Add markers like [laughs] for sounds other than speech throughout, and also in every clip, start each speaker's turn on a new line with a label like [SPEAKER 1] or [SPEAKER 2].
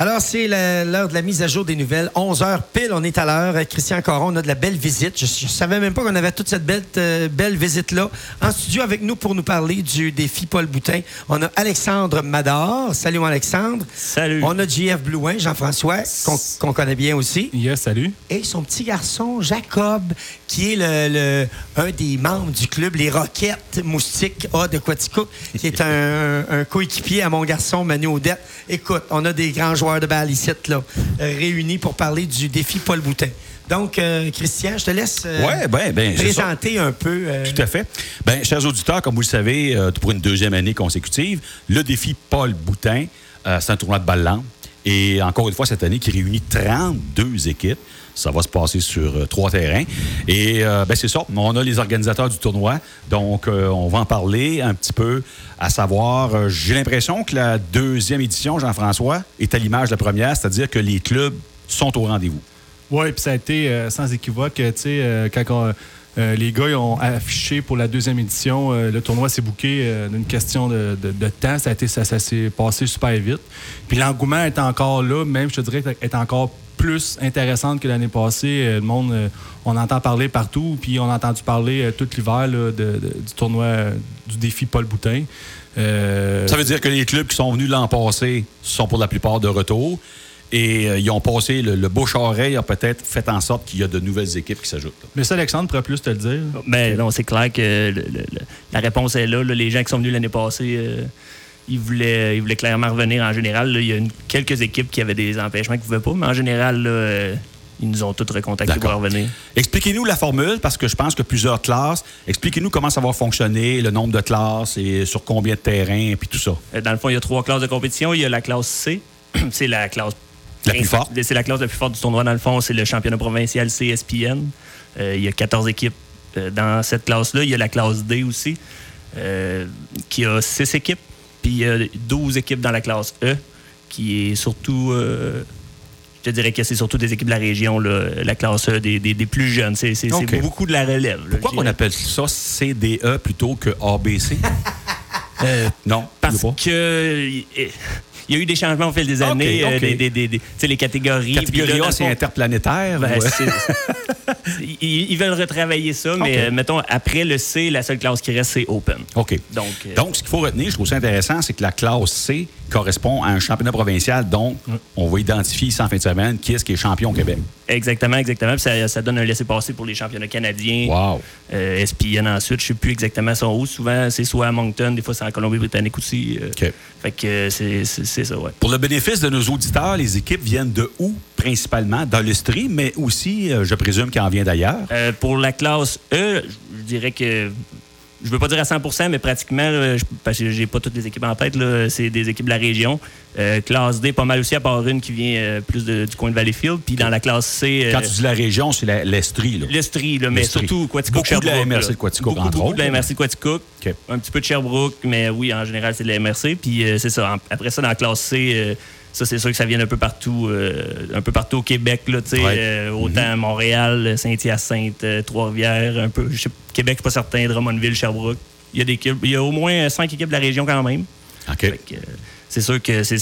[SPEAKER 1] Alors, c'est la- l'heure de la mise à jour des nouvelles. 11h pile, on est à l'heure. Euh, Christian Coron, on a de la belle visite. Je, je savais même pas qu'on avait toute cette belle, euh, belle visite-là. En studio avec nous pour nous parler du défi Paul Boutin, on a Alexandre Mador. Salut, mon Alexandre.
[SPEAKER 2] Salut.
[SPEAKER 1] On a JF Blouin, Jean-François, qu'on qu'on connaît bien aussi.
[SPEAKER 3] Yes, salut.
[SPEAKER 1] Et son petit garçon, Jacob, qui est le, le- un des membres du club Les Roquettes Moustiques A de Quatico, qui est un, un coéquipier à mon garçon Manu Odette. Écoute, on a des grands joueurs de balle ici, là, euh, réunis pour parler du défi Paul Boutin. Donc, euh, Christian, je te laisse euh,
[SPEAKER 2] Ouais, ben, ben, c'est ça.
[SPEAKER 1] présenter un peu. euh,
[SPEAKER 2] Tout à fait. Bien, chers auditeurs, comme vous le savez, euh, pour une deuxième année consécutive, le défi Paul Boutin, euh, c'est un tournoi de balle lente. Et encore une fois, cette année, qui réunit 32 équipes. Ça va se passer sur euh, trois terrains. Et euh, ben, c'est ça, on a les organisateurs du tournoi. Donc, euh, on va en parler un petit peu, à savoir, euh, j'ai l'impression que la deuxième édition, Jean-François, est à l'image de la première, c'est-à-dire que les clubs sont au rendez-vous.
[SPEAKER 3] Oui, puis ça a été euh, sans équivoque, euh, tu sais, euh, quand on- euh, les gars ils ont affiché pour la deuxième édition, euh, le tournoi s'est bouqué euh, d'une question de, de- de temps, ça, a été- ça, ça s'est passé super vite. Puis l'engouement est encore là, même je te dirais est encore plus intéressante que l'année passée. Euh, le monde, euh, on entend parler partout, puis on a entendu parler euh, tout l'hiver là, de- de- du tournoi, euh, du défi Paul Boutin. Euh,
[SPEAKER 2] Ça veut dire que les clubs qui sont venus l'an passé sont pour la plupart de retour. Et euh, ils ont passé le, le bouche-oreille, a peut-être fait en sorte qu'il y a de nouvelles équipes qui s'ajoutent. là.
[SPEAKER 3] Mais ça, Alexandre pourrait plus te le dire.
[SPEAKER 4] Mais Ben, non, c'est clair que le- le- le- la réponse est là, là. Les gens qui sont venus l'année passée, euh, ils, voulaient, ils voulaient clairement revenir en général. là. il y a une- quelques équipes qui avaient des empêchements qui ne pouvaient pas, mais en général, là, euh, ils nous ont tous recontactés pour
[SPEAKER 2] D'accord.
[SPEAKER 4] revenir.
[SPEAKER 2] Expliquez-nous la formule, parce que je pense que plusieurs classes. Expliquez-nous comment ça va fonctionner, le nombre de classes et sur combien de terrains, puis tout ça.
[SPEAKER 4] Euh, Dans le fond, il y a trois classes de compétition. Il y a la classe C, [clears throat] c'est la classe
[SPEAKER 2] La plus forte.
[SPEAKER 4] C'est la classe la plus forte du tournoi, dans le fond. C'est le championnat provincial CSPN. Euh, il y a 14 équipes euh, dans cette classe-là. Il y a la classe D aussi, euh, qui a 6 équipes. Puis il y a 12 équipes dans la classe E, qui est surtout. euh, je te dirais que c'est surtout des équipes de la région, là, la classe E, des, des- des plus jeunes. C'est c'est- c'est
[SPEAKER 2] Ok.
[SPEAKER 4] beaucoup de la relève. là,
[SPEAKER 2] Pourquoi
[SPEAKER 4] je
[SPEAKER 2] on
[SPEAKER 4] dirais.
[SPEAKER 2] appelle ça CDE plutôt que
[SPEAKER 4] [laughs]
[SPEAKER 2] ABC? Euh, non,
[SPEAKER 4] Parce
[SPEAKER 2] pas.
[SPEAKER 4] que euh, il y a eu des changements au fil des
[SPEAKER 2] Ok,
[SPEAKER 4] années, euh,
[SPEAKER 2] ok.
[SPEAKER 4] des- des- des- des- tu sais, les catégories. puis
[SPEAKER 2] Catégorie
[SPEAKER 4] là, dans
[SPEAKER 2] A,
[SPEAKER 4] le
[SPEAKER 2] c'est
[SPEAKER 4] fond,
[SPEAKER 2] interplanétaire.
[SPEAKER 4] ben,
[SPEAKER 2] ou-
[SPEAKER 4] c'est- ils, ils veulent retravailler ça, mais
[SPEAKER 2] Ok.
[SPEAKER 4] euh, mettons, après le C, la seule classe qui reste, c'est Open.
[SPEAKER 2] OK.
[SPEAKER 4] Donc, euh,
[SPEAKER 2] Donc, ce qu'il faut retenir, je trouve ça intéressant, c'est que la classe C correspond à un championnat provincial. Donc, on va identifier ici en fin de semaine qui est-ce qui est champion au Québec.
[SPEAKER 4] Exactement, exactement. Puis ça, ça donne un laissez-passer pour les championnats canadiens.
[SPEAKER 2] Wow.
[SPEAKER 4] Euh, SPN ensuite, je sais plus exactement son où. Souvent, c'est soit à Moncton, des fois c'est en Colombie-Britannique aussi. euh.
[SPEAKER 2] OK.
[SPEAKER 4] Fait que euh, c'est c'est- c'est ça, ouais.
[SPEAKER 2] Pour le bénéfice de nos auditeurs, les équipes viennent de où principalement? Dans le stream, mais aussi, euh, je présume qu'en vient d'ailleurs.
[SPEAKER 4] Euh, pour la classe E, je- je dirais que. Je veux pas dire à 100 mais pratiquement, là, je- parce que j'ai pas toutes les équipes en tête, là, c'est des équipes de la région. Euh, classe D, pas mal aussi, à part une qui vient euh, plus de- du coin de Valleyfield. Puis dans la classe C, euh,
[SPEAKER 2] Quand tu dis la région, c'est la- l'Estrie. là.
[SPEAKER 4] l'Estrie, là, mais
[SPEAKER 2] l'Estrie.
[SPEAKER 4] surtout Quaticook.
[SPEAKER 2] Beaucoup de la
[SPEAKER 4] Sherbrooke,
[SPEAKER 2] MRC
[SPEAKER 4] là.
[SPEAKER 2] de Quaticook,
[SPEAKER 4] Beaucoup,
[SPEAKER 2] entre
[SPEAKER 4] beaucoup
[SPEAKER 2] autres.
[SPEAKER 4] de la MRC de Quaticook.
[SPEAKER 2] OK.
[SPEAKER 4] Un petit peu de Sherbrooke, mais oui, en général, c'est de la MRC. Puis euh, c'est ça. en- après ça, dans la classe C, euh, ça, c'est sûr que ça vient un peu partout, euh, un peu partout au Québec, là, tu sais,
[SPEAKER 2] Ouais. Mhm.
[SPEAKER 4] euh, autant Montréal, Saint-Hyacinthe, euh, Trois-Rivières, un peu. je sais- Québec, je suis pas certain, Drummondville, Sherbrooke. Il y, a des, équipes- il y a au moins cinq équipes de la région quand même.
[SPEAKER 2] OK.
[SPEAKER 4] Fait que, euh, c'est sûr que c'est,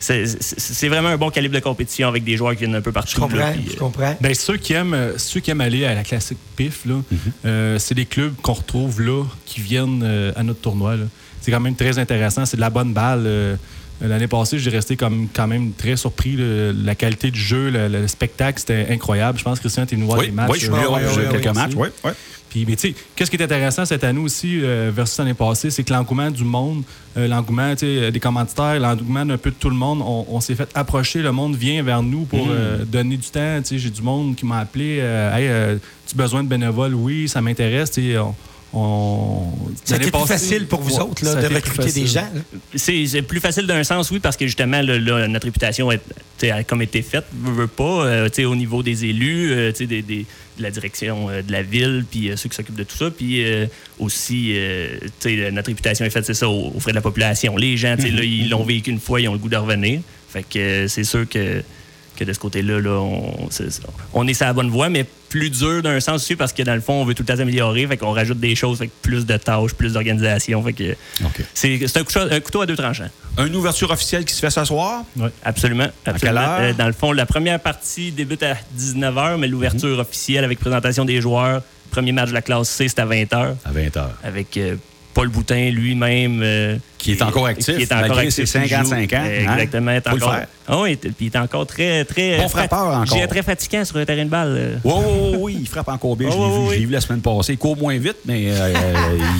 [SPEAKER 4] c'est, c'est- c'est vraiment un bon calibre de compétition avec des joueurs qui viennent un peu partout.
[SPEAKER 1] je comprends,
[SPEAKER 4] là, puis,
[SPEAKER 1] je
[SPEAKER 4] euh,
[SPEAKER 1] comprends.
[SPEAKER 3] Ben, ceux qui aiment euh, ceux qui aiment aller à la classique PIF, là,
[SPEAKER 2] Mhm.
[SPEAKER 3] euh, c'est des clubs qu'on retrouve là, qui viennent euh, à notre tournoi. là. C'est quand même très intéressant. C'est de la bonne balle. euh. L'année passée, j'ai resté comme, quand même très surpris. là. La qualité du jeu, le, le spectacle, c'était incroyable. Je pense, Christian, tu es venu voir
[SPEAKER 2] Oui,
[SPEAKER 3] les matchs.
[SPEAKER 2] oui, je suis
[SPEAKER 3] euh,
[SPEAKER 2] venu voir
[SPEAKER 3] euh,
[SPEAKER 2] quelques
[SPEAKER 3] aussi.
[SPEAKER 2] matchs. Oui, oui.
[SPEAKER 3] Puis, mais tu sais, qu'est-ce qui est intéressant cette année aussi euh, versus l'année passée, c'est que l'engouement du monde, euh, l'engouement tu sais, des commanditaires, l'engouement d'un peu de tout le monde, on, on s'est fait approcher. Le monde vient vers nous
[SPEAKER 1] Mm.
[SPEAKER 3] pour euh, donner du temps. Tu sais, j'ai du monde qui m'a appelé. euh, hey, euh, tu as besoin de bénévoles Oui, ça m'intéresse. Tu sais, on, on...
[SPEAKER 1] Ça a été plus
[SPEAKER 3] l'année passée-
[SPEAKER 1] facile pour vous
[SPEAKER 3] Ouais,
[SPEAKER 1] autres là,
[SPEAKER 3] ça a
[SPEAKER 1] de
[SPEAKER 3] été plus
[SPEAKER 1] recruter des
[SPEAKER 3] facile.
[SPEAKER 1] gens. hein. là.
[SPEAKER 4] C'est c'est plus facile d'un sens, oui, parce que justement, là, là, notre réputation est, t'sais, a comme été faite, veut, veut pas, euh, t'sais, au niveau des élus, euh, t'sais, des- des- de la direction euh, de la ville, puis euh, ceux qui s'occupent de tout ça, puis euh, aussi, euh, t'sais, notre réputation est faite, c'est ça, au, au frais de la population. Les gens, t'sais, là, ils l'ont vécu une fois, ils ont le goût de revenir. Fait que euh, c'est sûr que que de ce côté-là, là, on, c'est ça. on est sur la bonne voie, mais plus dur d'un sens aussi parce que dans le fond, on veut tout le temps s'améliorer, fait qu'on rajoute des choses, fait que plus de tâches, plus d'organisation, fait que
[SPEAKER 2] OK.
[SPEAKER 4] c'est, c'est un, couteau, un couteau à deux tranchants.
[SPEAKER 2] Une ouverture officielle qui se fait ce soir.
[SPEAKER 4] Absolument. absolument.
[SPEAKER 2] quelle heure?
[SPEAKER 4] Euh, dans le fond, la première partie débute à 19h, mais
[SPEAKER 2] Mhm.
[SPEAKER 4] l'ouverture officielle avec présentation des joueurs, premier match de la classe C, c'est à 20h,
[SPEAKER 2] À 20h.
[SPEAKER 4] avec euh, Paul Boutin lui-même. euh,
[SPEAKER 2] Qui est encore actif,
[SPEAKER 4] Qui est encore
[SPEAKER 2] malgré ses
[SPEAKER 4] actif, qui joue.
[SPEAKER 2] 55 ans,
[SPEAKER 4] Euh,
[SPEAKER 2] hein?
[SPEAKER 4] Exactement. est
[SPEAKER 2] Faut le
[SPEAKER 4] encore-
[SPEAKER 2] faire.
[SPEAKER 4] Ah oui, t- puis il est encore très. très
[SPEAKER 2] Bon frappeur
[SPEAKER 4] fat-
[SPEAKER 2] encore.
[SPEAKER 4] je dirais très fatigant sur un terrain de balle. euh.
[SPEAKER 2] Oui, oui, oui, il frappe encore bien. Je l'ai
[SPEAKER 4] Oh,
[SPEAKER 2] vu,
[SPEAKER 4] oui,
[SPEAKER 2] je l'ai
[SPEAKER 4] oui.
[SPEAKER 2] vu la semaine passée. Il court moins vite, mais euh,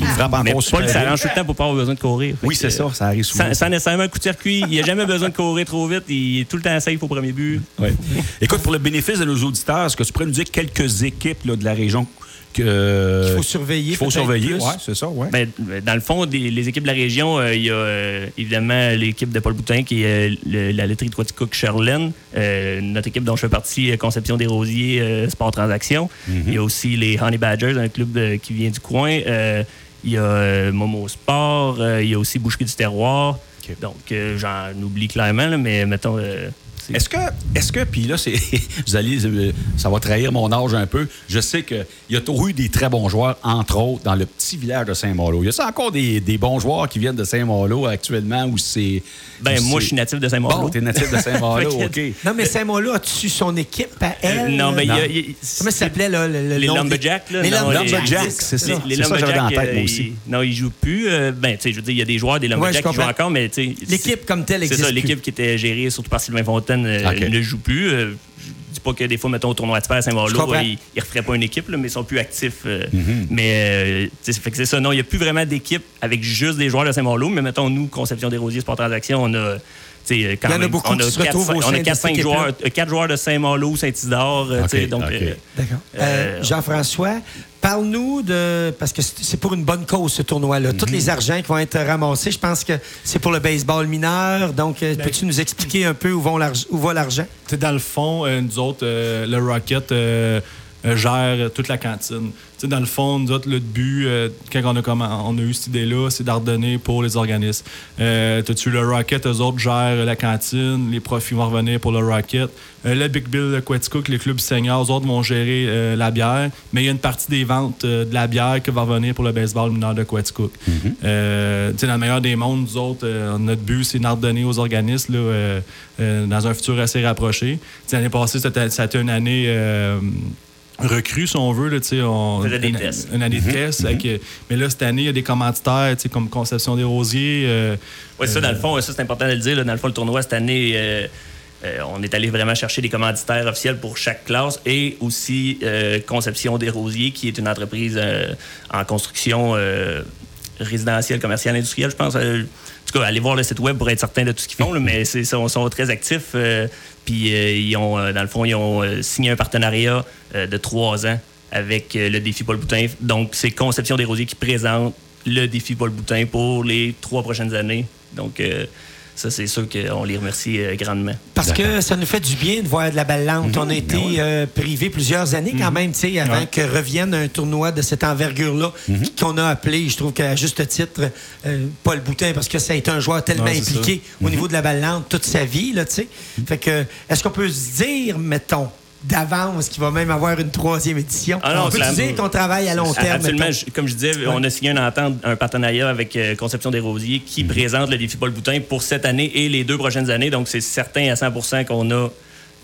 [SPEAKER 2] il [laughs] frappe
[SPEAKER 4] Mais
[SPEAKER 2] encore
[SPEAKER 4] Paul
[SPEAKER 2] bien.
[SPEAKER 4] s'arrange tout le temps pour pas avoir besoin de courir. Fait
[SPEAKER 2] Oui,
[SPEAKER 4] que,
[SPEAKER 2] c'est
[SPEAKER 4] euh,
[SPEAKER 2] ça, ça arrive souvent.
[SPEAKER 4] Sans, sans nécessairement un coup de circuit, il n'a jamais besoin de courir trop vite. Il est tout le temps safe au premier but.
[SPEAKER 2] Ouais. Écoute, pour le bénéfice de nos auditeurs, est-ce que tu pourrais nous dire quelques équipes là, de la région que,
[SPEAKER 1] Qu'il faut surveiller,
[SPEAKER 2] qu'il Euh, faut
[SPEAKER 1] peut-être
[SPEAKER 2] surveiller,
[SPEAKER 1] plus.
[SPEAKER 2] ouais, c'est ça, ouais.
[SPEAKER 4] Ben, ben, dans le fond, des- les équipes de la région, euh, il y a euh, évidemment l'équipe de Paul Boutin qui est euh, le- la laiterie de Quaticook Sherlin, euh, notre équipe dont je fais partie, euh, Conception des Rosiers euh, Sport Transactions.
[SPEAKER 2] Mm-hmm.
[SPEAKER 4] Il y a aussi les Honey Badgers, un club euh, qui vient du coin. Euh, il y a euh, Momo Sport, euh, il y a aussi Boucherie du Terroir.
[SPEAKER 2] OK.
[SPEAKER 4] Donc, euh, j'en oublie clairement, là, mais mettons. euh, c'est-
[SPEAKER 2] Est-ce que, est-ce que, puis là, c'est, [laughs] vous allez, euh, ça va trahir mon âge un peu. Je sais qu'il y a toujours eu des très bons joueurs, entre autres, dans le petit village de Saint-Malo. Il y a ça encore des, des bons joueurs qui viennent de Saint-Malo actuellement où c'est.
[SPEAKER 4] ben,
[SPEAKER 2] où
[SPEAKER 4] moi,
[SPEAKER 2] c'est-
[SPEAKER 4] je suis natif de Saint-Maurice.
[SPEAKER 2] Bon, t'es natif de Saint-Malo,
[SPEAKER 4] Fait
[SPEAKER 2] OK.
[SPEAKER 4] que-
[SPEAKER 1] Non, mais Saint-Malo a-tu son équipe à
[SPEAKER 4] Euh,
[SPEAKER 1] elle?
[SPEAKER 4] non, mais il y a-
[SPEAKER 1] Non.
[SPEAKER 4] il y a-
[SPEAKER 1] Comment ça s'appelait, là? Le, le
[SPEAKER 4] Les
[SPEAKER 1] nom des-
[SPEAKER 4] Lumberjacks, là.
[SPEAKER 1] Les
[SPEAKER 4] non,
[SPEAKER 2] Lumberjacks,
[SPEAKER 1] Lumberjacks,
[SPEAKER 2] c'est ça.
[SPEAKER 4] Les
[SPEAKER 2] ça que j'avais dans la
[SPEAKER 4] Lumberjacks,
[SPEAKER 2] tête, moi
[SPEAKER 4] euh,
[SPEAKER 2] aussi.
[SPEAKER 4] ils- non, ils jouent plus. euh, ben, tu sais, je veux dire, il y a des joueurs des
[SPEAKER 1] Ouais, je
[SPEAKER 4] Lumberjacks qui jouent
[SPEAKER 1] comprends.
[SPEAKER 4] encore, mais tu sais.
[SPEAKER 1] L'équipe comme telle
[SPEAKER 4] C'est
[SPEAKER 1] existe
[SPEAKER 4] ça,
[SPEAKER 1] plus.
[SPEAKER 4] l'équipe qui était gérée surtout par Sylvain Fontaine euh,
[SPEAKER 2] OK.
[SPEAKER 4] ne joue plus. Euh, je dis pas que des fois, mettons, au tournoi de Spère à
[SPEAKER 1] Je
[SPEAKER 4] Saint-Malo,
[SPEAKER 1] comprends.
[SPEAKER 4] euh, ils, ne referaient pas une équipe, là, mais ils sont plus actifs. euh,
[SPEAKER 2] Mhm.
[SPEAKER 4] Mais euh, tu sais, fait que c'est ça. Non, il n'y a plus vraiment d'équipe avec juste des joueurs de Saint-Malo, mais mettons, nous, Conception des Rosiers, Sport Transaction, on a. tu sais, euh, Quand
[SPEAKER 1] Il y en a
[SPEAKER 4] même,
[SPEAKER 1] beaucoup
[SPEAKER 4] on
[SPEAKER 1] qui se
[SPEAKER 4] quatre,
[SPEAKER 1] retrouvent
[SPEAKER 4] cinq-
[SPEAKER 1] au
[SPEAKER 4] On
[SPEAKER 1] sein
[SPEAKER 4] a
[SPEAKER 1] de
[SPEAKER 4] 4-5
[SPEAKER 1] cette équipe-là.
[SPEAKER 4] joueurs, 4 joueurs de Saint-Malo, Saint-Isidore. euh, tu sais,
[SPEAKER 2] OK,
[SPEAKER 4] donc,
[SPEAKER 2] OK.
[SPEAKER 4] euh,
[SPEAKER 1] D'accord. Euh,
[SPEAKER 4] Euh,
[SPEAKER 1] Jean-François, parle-nous de. Parce que c'est c'est pour une bonne cause, ce tournoi-là. Tous les argents qui vont être ramassés, je pense que c'est pour le baseball mineur. Donc, euh, peux-tu nous expliquer un peu où, vont l'arg- où va l'argent?
[SPEAKER 3] Tu sais, dans le fond, euh, nous autres, euh, le Rocket euh, euh, gère toute la cantine. Tu sais, dans le fond, nous autres, le but, euh, quand on a, commen- on a eu cette idée-là, c'est d'ordonner pour les organismes. Euh, T'as-tu le Rocket, eux autres gèrent la cantine, les profits vont revenir pour le Rocket. Euh, le Big Bill, le Quaticook, les clubs seniors, eux autres vont gérer euh, la bière, mais il y a une partie des ventes euh, de la bière qui va revenir pour le baseball mineur de Quaticook. Euh, tu sais, dans le meilleur des mondes, nous autres, euh, notre but, c'est d'ordonner aux organismes là, euh, euh, dans un futur assez rapproché. Tu sais, L'année passée, c'était- ça a été une année euh, recrue, si on veut. Là, tu sais, on,
[SPEAKER 4] On faisait des
[SPEAKER 3] une-
[SPEAKER 4] tests.
[SPEAKER 3] Une année de tests. avec, euh, mais là, cette année, il y a des commanditaires tu sais, comme Conception des Rosiers. euh,
[SPEAKER 4] Oui, ça, dans le fond, ça, c'est important de le dire. là. dans le fond, le tournoi, cette année, euh, euh, on est allé vraiment chercher des commanditaires officiels pour chaque classe et aussi euh, Conception des Rosiers, qui est une entreprise euh, en construction euh, résidentielle, commerciale, industrielle, je pense. Euh, en tout cas, allez voir le site web pour être certain de tout ce qu'ils font, là, mais c'est- ils sont, sont très actifs. euh, Puis, euh, ils ont, euh, dans le fond, ils ont euh, signé un partenariat euh, de trois ans avec euh, le défi Paul Boutin. Donc, c'est Conception des Rosiers qui présente le défi Paul Boutin pour les trois prochaines années. Donc, euh, ça, c'est sûr qu'on les remercie euh, grandement.
[SPEAKER 1] Parce que ça nous fait du bien de voir de la ballante.
[SPEAKER 4] Mm-hmm.
[SPEAKER 1] On a été
[SPEAKER 4] Ben
[SPEAKER 1] euh, privés plusieurs années quand même, tu sais, avant que revienne un tournoi de cette envergure-là
[SPEAKER 4] Mm-hmm.
[SPEAKER 1] qu'on a appelé, je trouve qu'à juste titre, euh, Paul Boutin, parce que ça a été un joueur tellement
[SPEAKER 3] Ouais, c'est
[SPEAKER 1] impliqué au
[SPEAKER 4] Mm-hmm.
[SPEAKER 1] niveau de la ballante toute sa vie, là, tu sais. Fait que, est-ce qu'on peut se dire, mettons, d'avance qu'il va même avoir une troisième édition?
[SPEAKER 4] Ah non,
[SPEAKER 1] on peut se
[SPEAKER 4] clairement.
[SPEAKER 1] dire qu'on travaille à long terme?
[SPEAKER 4] Absolument.
[SPEAKER 1] mettons?
[SPEAKER 4] Je- Comme je disais, on a signé une entente, un partenariat avec euh, Conception des Rosiers qui présente le défi Paul Boutin pour cette année et les deux prochaines années. Donc, c'est certain à 100 qu'on a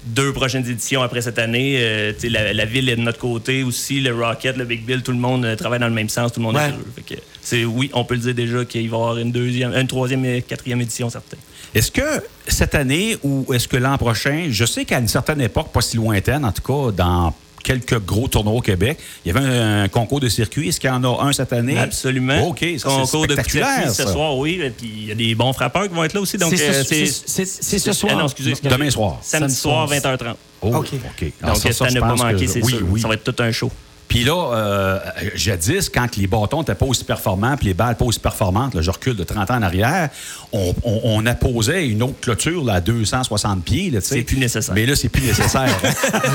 [SPEAKER 4] deux prochaines éditions après cette année. Euh, tu sais, la, la ville est de notre côté aussi. Le Rocket, le Big Bill, tout le monde euh, travaille dans le même sens. Tout le monde
[SPEAKER 1] Ouais.
[SPEAKER 4] est heureux. Fait que c'est- oui, on peut le dire déjà qu'il va y avoir une deuxième, une troisième et quatrième édition, certain.
[SPEAKER 2] Est-ce que cette année ou est-ce que l'an prochain, je sais qu'à une certaine époque, pas si lointaine, en tout cas, dans quelques gros tournois au Québec, il y avait un, un concours de circuit. Est-ce qu'il y en a un cette année?
[SPEAKER 4] Absolument.
[SPEAKER 2] OK, ça, c'est
[SPEAKER 4] Concours de coups de circuit
[SPEAKER 2] spectaculaire,
[SPEAKER 4] ce
[SPEAKER 2] ça.
[SPEAKER 4] soir, oui. Et Puis il y a des bons frappeurs qui vont être là aussi. Donc,
[SPEAKER 1] C'est ce-
[SPEAKER 4] euh,
[SPEAKER 1] c'est- c'est- c'est ce soir.
[SPEAKER 4] Ah non, excusez, excusez.
[SPEAKER 2] Demain soir.
[SPEAKER 4] Samedi soir, 20h30.
[SPEAKER 2] Oh,
[SPEAKER 1] OK.
[SPEAKER 2] OK. Ah,
[SPEAKER 4] Donc, ça,
[SPEAKER 2] je
[SPEAKER 4] ne pas
[SPEAKER 2] pense que-
[SPEAKER 4] manquer, c'est
[SPEAKER 2] oui,
[SPEAKER 4] sûr.
[SPEAKER 2] Oui,
[SPEAKER 4] Ça va être tout un show.
[SPEAKER 2] Puis là, euh, jadis, quand les bâtons n'étaient pas aussi performants, puis les balles pas aussi performantes, là, je recule de 30 ans en arrière, on, on- on apposait une autre clôture là, à 260 pieds. là, tu sais.
[SPEAKER 4] C'est plus nécessaire.
[SPEAKER 2] Mais là, c'est plus
[SPEAKER 4] [laughs]
[SPEAKER 2] nécessaire.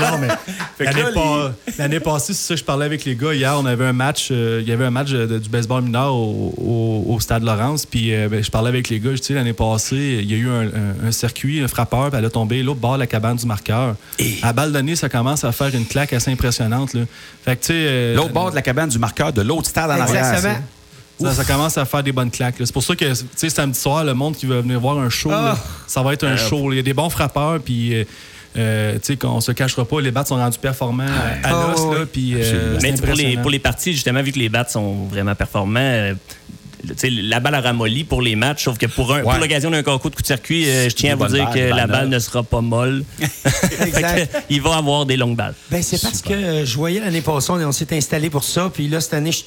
[SPEAKER 3] Non, mais
[SPEAKER 2] [laughs] Fait que
[SPEAKER 3] l'année
[SPEAKER 2] là,
[SPEAKER 3] pas- l'année passée, c'est ça, je parlais avec les gars. Hier, on avait un match, euh, il y avait un match de- du baseball mineur au, au- au Stade Laurence. Puis euh, ben, je parlais avec les gars, je dis, l'année passée, il y a eu un, un- un circuit, un frappeur, puis elle a tombé l'autre bord de la cabane du marqueur. À balle donnée, ça commence à faire une claque assez impressionnante. Là. Fait que, tu sais, euh,
[SPEAKER 2] L'autre bord de la cabane du marqueur de l'autre stade en arrière.
[SPEAKER 1] Exactement.
[SPEAKER 2] ça.
[SPEAKER 3] ça, ça commence à faire des bonnes claques. là. C'est pour ça que tu sais, samedi soir, le monde qui va venir voir un show,
[SPEAKER 1] Ah.
[SPEAKER 3] là, ça va être un show. là. Il y a des bons frappeurs, puis euh, euh, tu sais, qu'on se cachera pas, les bats sont rendus performants à- à
[SPEAKER 1] Ah,
[SPEAKER 3] l'os.
[SPEAKER 1] ouais,
[SPEAKER 3] là,
[SPEAKER 1] ouais.
[SPEAKER 3] puis, euh,
[SPEAKER 2] Absolument.
[SPEAKER 3] c'est
[SPEAKER 4] Mais pour les,
[SPEAKER 3] impressionnant.
[SPEAKER 4] pour les parties, justement, vu que les bats sont vraiment performants, euh, tu sais, la balle a ramolli pour les matchs, sauf que pour, un- pour
[SPEAKER 2] Ouais.
[SPEAKER 4] l'occasion d'un concours de coup de circuit, euh, je tiens à
[SPEAKER 2] Des
[SPEAKER 4] vous
[SPEAKER 2] bonnes
[SPEAKER 4] dire
[SPEAKER 2] balles,
[SPEAKER 4] que
[SPEAKER 2] des
[SPEAKER 4] la
[SPEAKER 2] balles
[SPEAKER 4] balle
[SPEAKER 2] neuves.
[SPEAKER 4] ne sera
[SPEAKER 2] [laughs]
[SPEAKER 4] pas molle. Fait
[SPEAKER 1] [laughs] Exact.
[SPEAKER 4] que, [laughs] il va avoir des longues balles.
[SPEAKER 1] Ben, c'est parce que euh, je voyais l'année passée, on, on s'est installé pour ça. Puis là, cette année, je,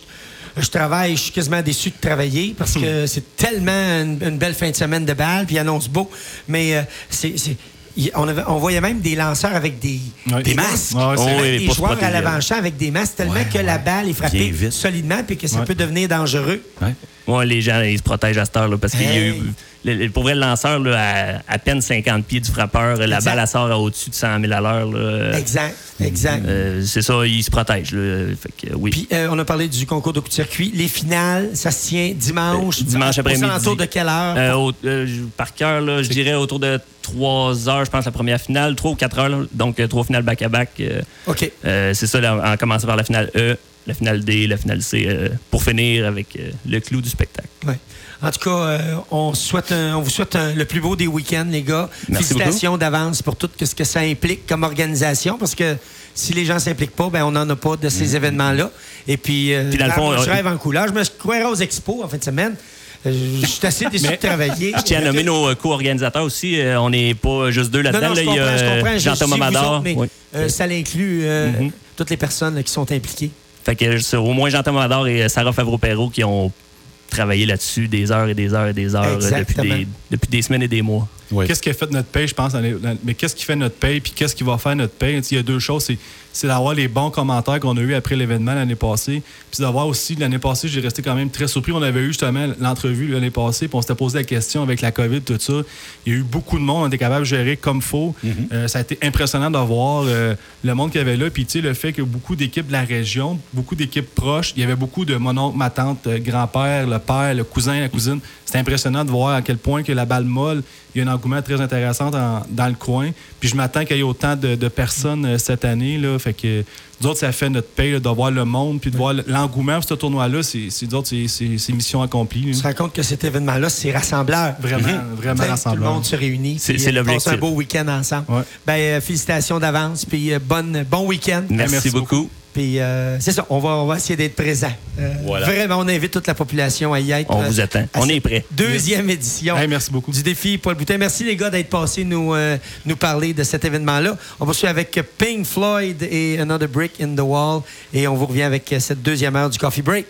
[SPEAKER 1] je travaille, je suis quasiment déçu de travailler parce
[SPEAKER 4] Hmm.
[SPEAKER 1] que c'est tellement une, une belle fin de semaine de balle, puis il annonce beau. Mais euh, c'est. c'est- il- on, avait- on voyait même des lanceurs avec des,
[SPEAKER 3] Ouais.
[SPEAKER 1] des masques.
[SPEAKER 3] Ouais, ouais, c'est
[SPEAKER 4] Oh,
[SPEAKER 1] Même
[SPEAKER 4] oui,
[SPEAKER 1] des
[SPEAKER 4] pour se
[SPEAKER 1] joueurs à
[SPEAKER 4] protéger.
[SPEAKER 1] l'avant-champ avec des masques tellement que la balle est frappée
[SPEAKER 2] Bien vite.
[SPEAKER 1] solidement puis que ça
[SPEAKER 3] Ouais.
[SPEAKER 1] peut devenir dangereux.
[SPEAKER 2] Ouais.
[SPEAKER 4] Moi, les gens, ils se protègent à cette heure-là parce qu'il y a eu.
[SPEAKER 1] Hey.
[SPEAKER 4] le- le- pour vrai, le lanceur, là, à, à peine 50 pieds du frappeur, la
[SPEAKER 1] Exact.
[SPEAKER 4] balle, elle sort à au-dessus de 100 000 à l'heure. là.
[SPEAKER 1] Exact, exact.
[SPEAKER 4] Euh, c'est ça, ils se protègent. là. Fait que, euh, oui.
[SPEAKER 1] Puis euh, on a parlé du concours de coup de circuit. Les finales, ça se tient dimanche.
[SPEAKER 4] Euh, Dimanche
[SPEAKER 1] Aux
[SPEAKER 4] après-midi.
[SPEAKER 1] alentours de quelle heure?
[SPEAKER 4] Euh, au- euh, je- par cœur, là, je dirais autour de 3 heures, je pense, la première finale, 3 ou 4 heures, là. donc euh, trois finales back-à-back. euh,
[SPEAKER 1] OK.
[SPEAKER 4] euh, c'est ça, là, en commençant par la finale E, la finale D, la finale C, euh, pour finir avec euh, le clou du spectacle.
[SPEAKER 1] Ouais. En tout cas, euh, on, souhaite un- on vous souhaite un- le plus beau des week-ends, les gars.
[SPEAKER 4] Merci
[SPEAKER 1] Félicitations d'avance pour tout ce que ça implique comme organisation, parce que si les gens ne s'impliquent pas, ben, on n'en a pas de ces événements-là. Et puis, euh,
[SPEAKER 4] Mm. Puis dans le fond,
[SPEAKER 1] je
[SPEAKER 4] euh,
[SPEAKER 1] rêve en couleur. Je me croirais aux expos en fin de semaine. Euh, Je suis
[SPEAKER 4] [laughs]
[SPEAKER 1] assez déçu de travailler.
[SPEAKER 4] Je tiens à nommer nos euh, co-organisateurs aussi. euh, on n'est pas juste deux
[SPEAKER 1] Non,
[SPEAKER 4] là-dedans.
[SPEAKER 1] non, je
[SPEAKER 4] là, il y a
[SPEAKER 1] comprends, je
[SPEAKER 4] euh,
[SPEAKER 1] comprends. Je suis
[SPEAKER 4] Jean-Thomas
[SPEAKER 1] vous
[SPEAKER 4] Mador.
[SPEAKER 1] autres, mais,
[SPEAKER 4] Oui.
[SPEAKER 1] euh, ça l'inclut euh,
[SPEAKER 4] Mhm.
[SPEAKER 1] toutes les personnes là, qui sont impliquées.
[SPEAKER 4] Fait que c'est au moins Jean-Thomas Mador et euh, Sarah Favreau-Perrault qui ont travaillé là-dessus des heures et des heures et des heures euh, depuis
[SPEAKER 1] Exactement.
[SPEAKER 4] des, depuis des semaines et des mois.
[SPEAKER 2] Ouais.
[SPEAKER 3] Qu'est-ce qui a fait notre paye, je pense, dans les- dans- mais qu'est-ce qui fait notre paye, puis qu'est-ce qui va faire notre paye? Il y a deux choses, c'est- c'est d'avoir les bons commentaires qu'on a eu après l'événement l'année passée, puis d'avoir aussi, l'année passée, j'ai resté quand même très surpris. On avait eu justement l'entrevue l'année passée, puis on s'était posé la question avec la COVID, tout ça. Il y a eu beaucoup de monde, on était capable de gérer comme faut. Euh, ça a été impressionnant de voir euh, le monde qu'il y avait là, puis tu sais, le fait que beaucoup d'équipes de la région, beaucoup d'équipes proches, il y avait beaucoup de mon oncle, ma tante, euh, grand-père, le père, le cousin, la cousine. C'était impressionnant de voir à quel point que la balle molle, il y a un engouement très intéressant dans, dans le coin. Puis je m'attends qu'il y ait autant de, de personnes euh, cette année. Là. Fait que euh, nous autres, ça fait notre paye là, de voir le monde, puis de voir l'engouement pour ce tournoi-là. C'est, c'est, nous autres, c'est, c'est- c'est mission accomplie.
[SPEAKER 1] On
[SPEAKER 3] là.
[SPEAKER 1] se rend compte que cet événement-là, c'est rassembleur.
[SPEAKER 3] Vraiment, vraiment
[SPEAKER 1] T'sais, Tout
[SPEAKER 3] rassembleur.
[SPEAKER 1] le monde se réunit.
[SPEAKER 4] C'est-
[SPEAKER 1] puis,
[SPEAKER 4] c'est
[SPEAKER 1] euh,
[SPEAKER 4] l'objectif.
[SPEAKER 1] passe un beau week-end ensemble.
[SPEAKER 3] Ouais.
[SPEAKER 1] Ben, euh, félicitations d'avance, puis euh, bonne, bon week-end.
[SPEAKER 4] Merci,
[SPEAKER 3] Merci
[SPEAKER 4] beaucoup.
[SPEAKER 1] Puis euh, c'est ça, on va, on va essayer d'être présent. Euh,
[SPEAKER 2] Voilà.
[SPEAKER 1] Vraiment, on invite toute la population à y être.
[SPEAKER 4] On
[SPEAKER 1] euh,
[SPEAKER 4] vous attend.
[SPEAKER 1] à
[SPEAKER 4] On
[SPEAKER 1] cette
[SPEAKER 4] est prêt.
[SPEAKER 1] Deuxième édition
[SPEAKER 3] Hey, merci beaucoup.
[SPEAKER 1] du défi Paul Boutin. Merci les gars d'être passés nous, euh, nous parler de cet événement-là. On poursuit avec euh, Pink Floyd et Another Brick in the Wall et on vous revient avec euh, cette deuxième heure du Coffee Break.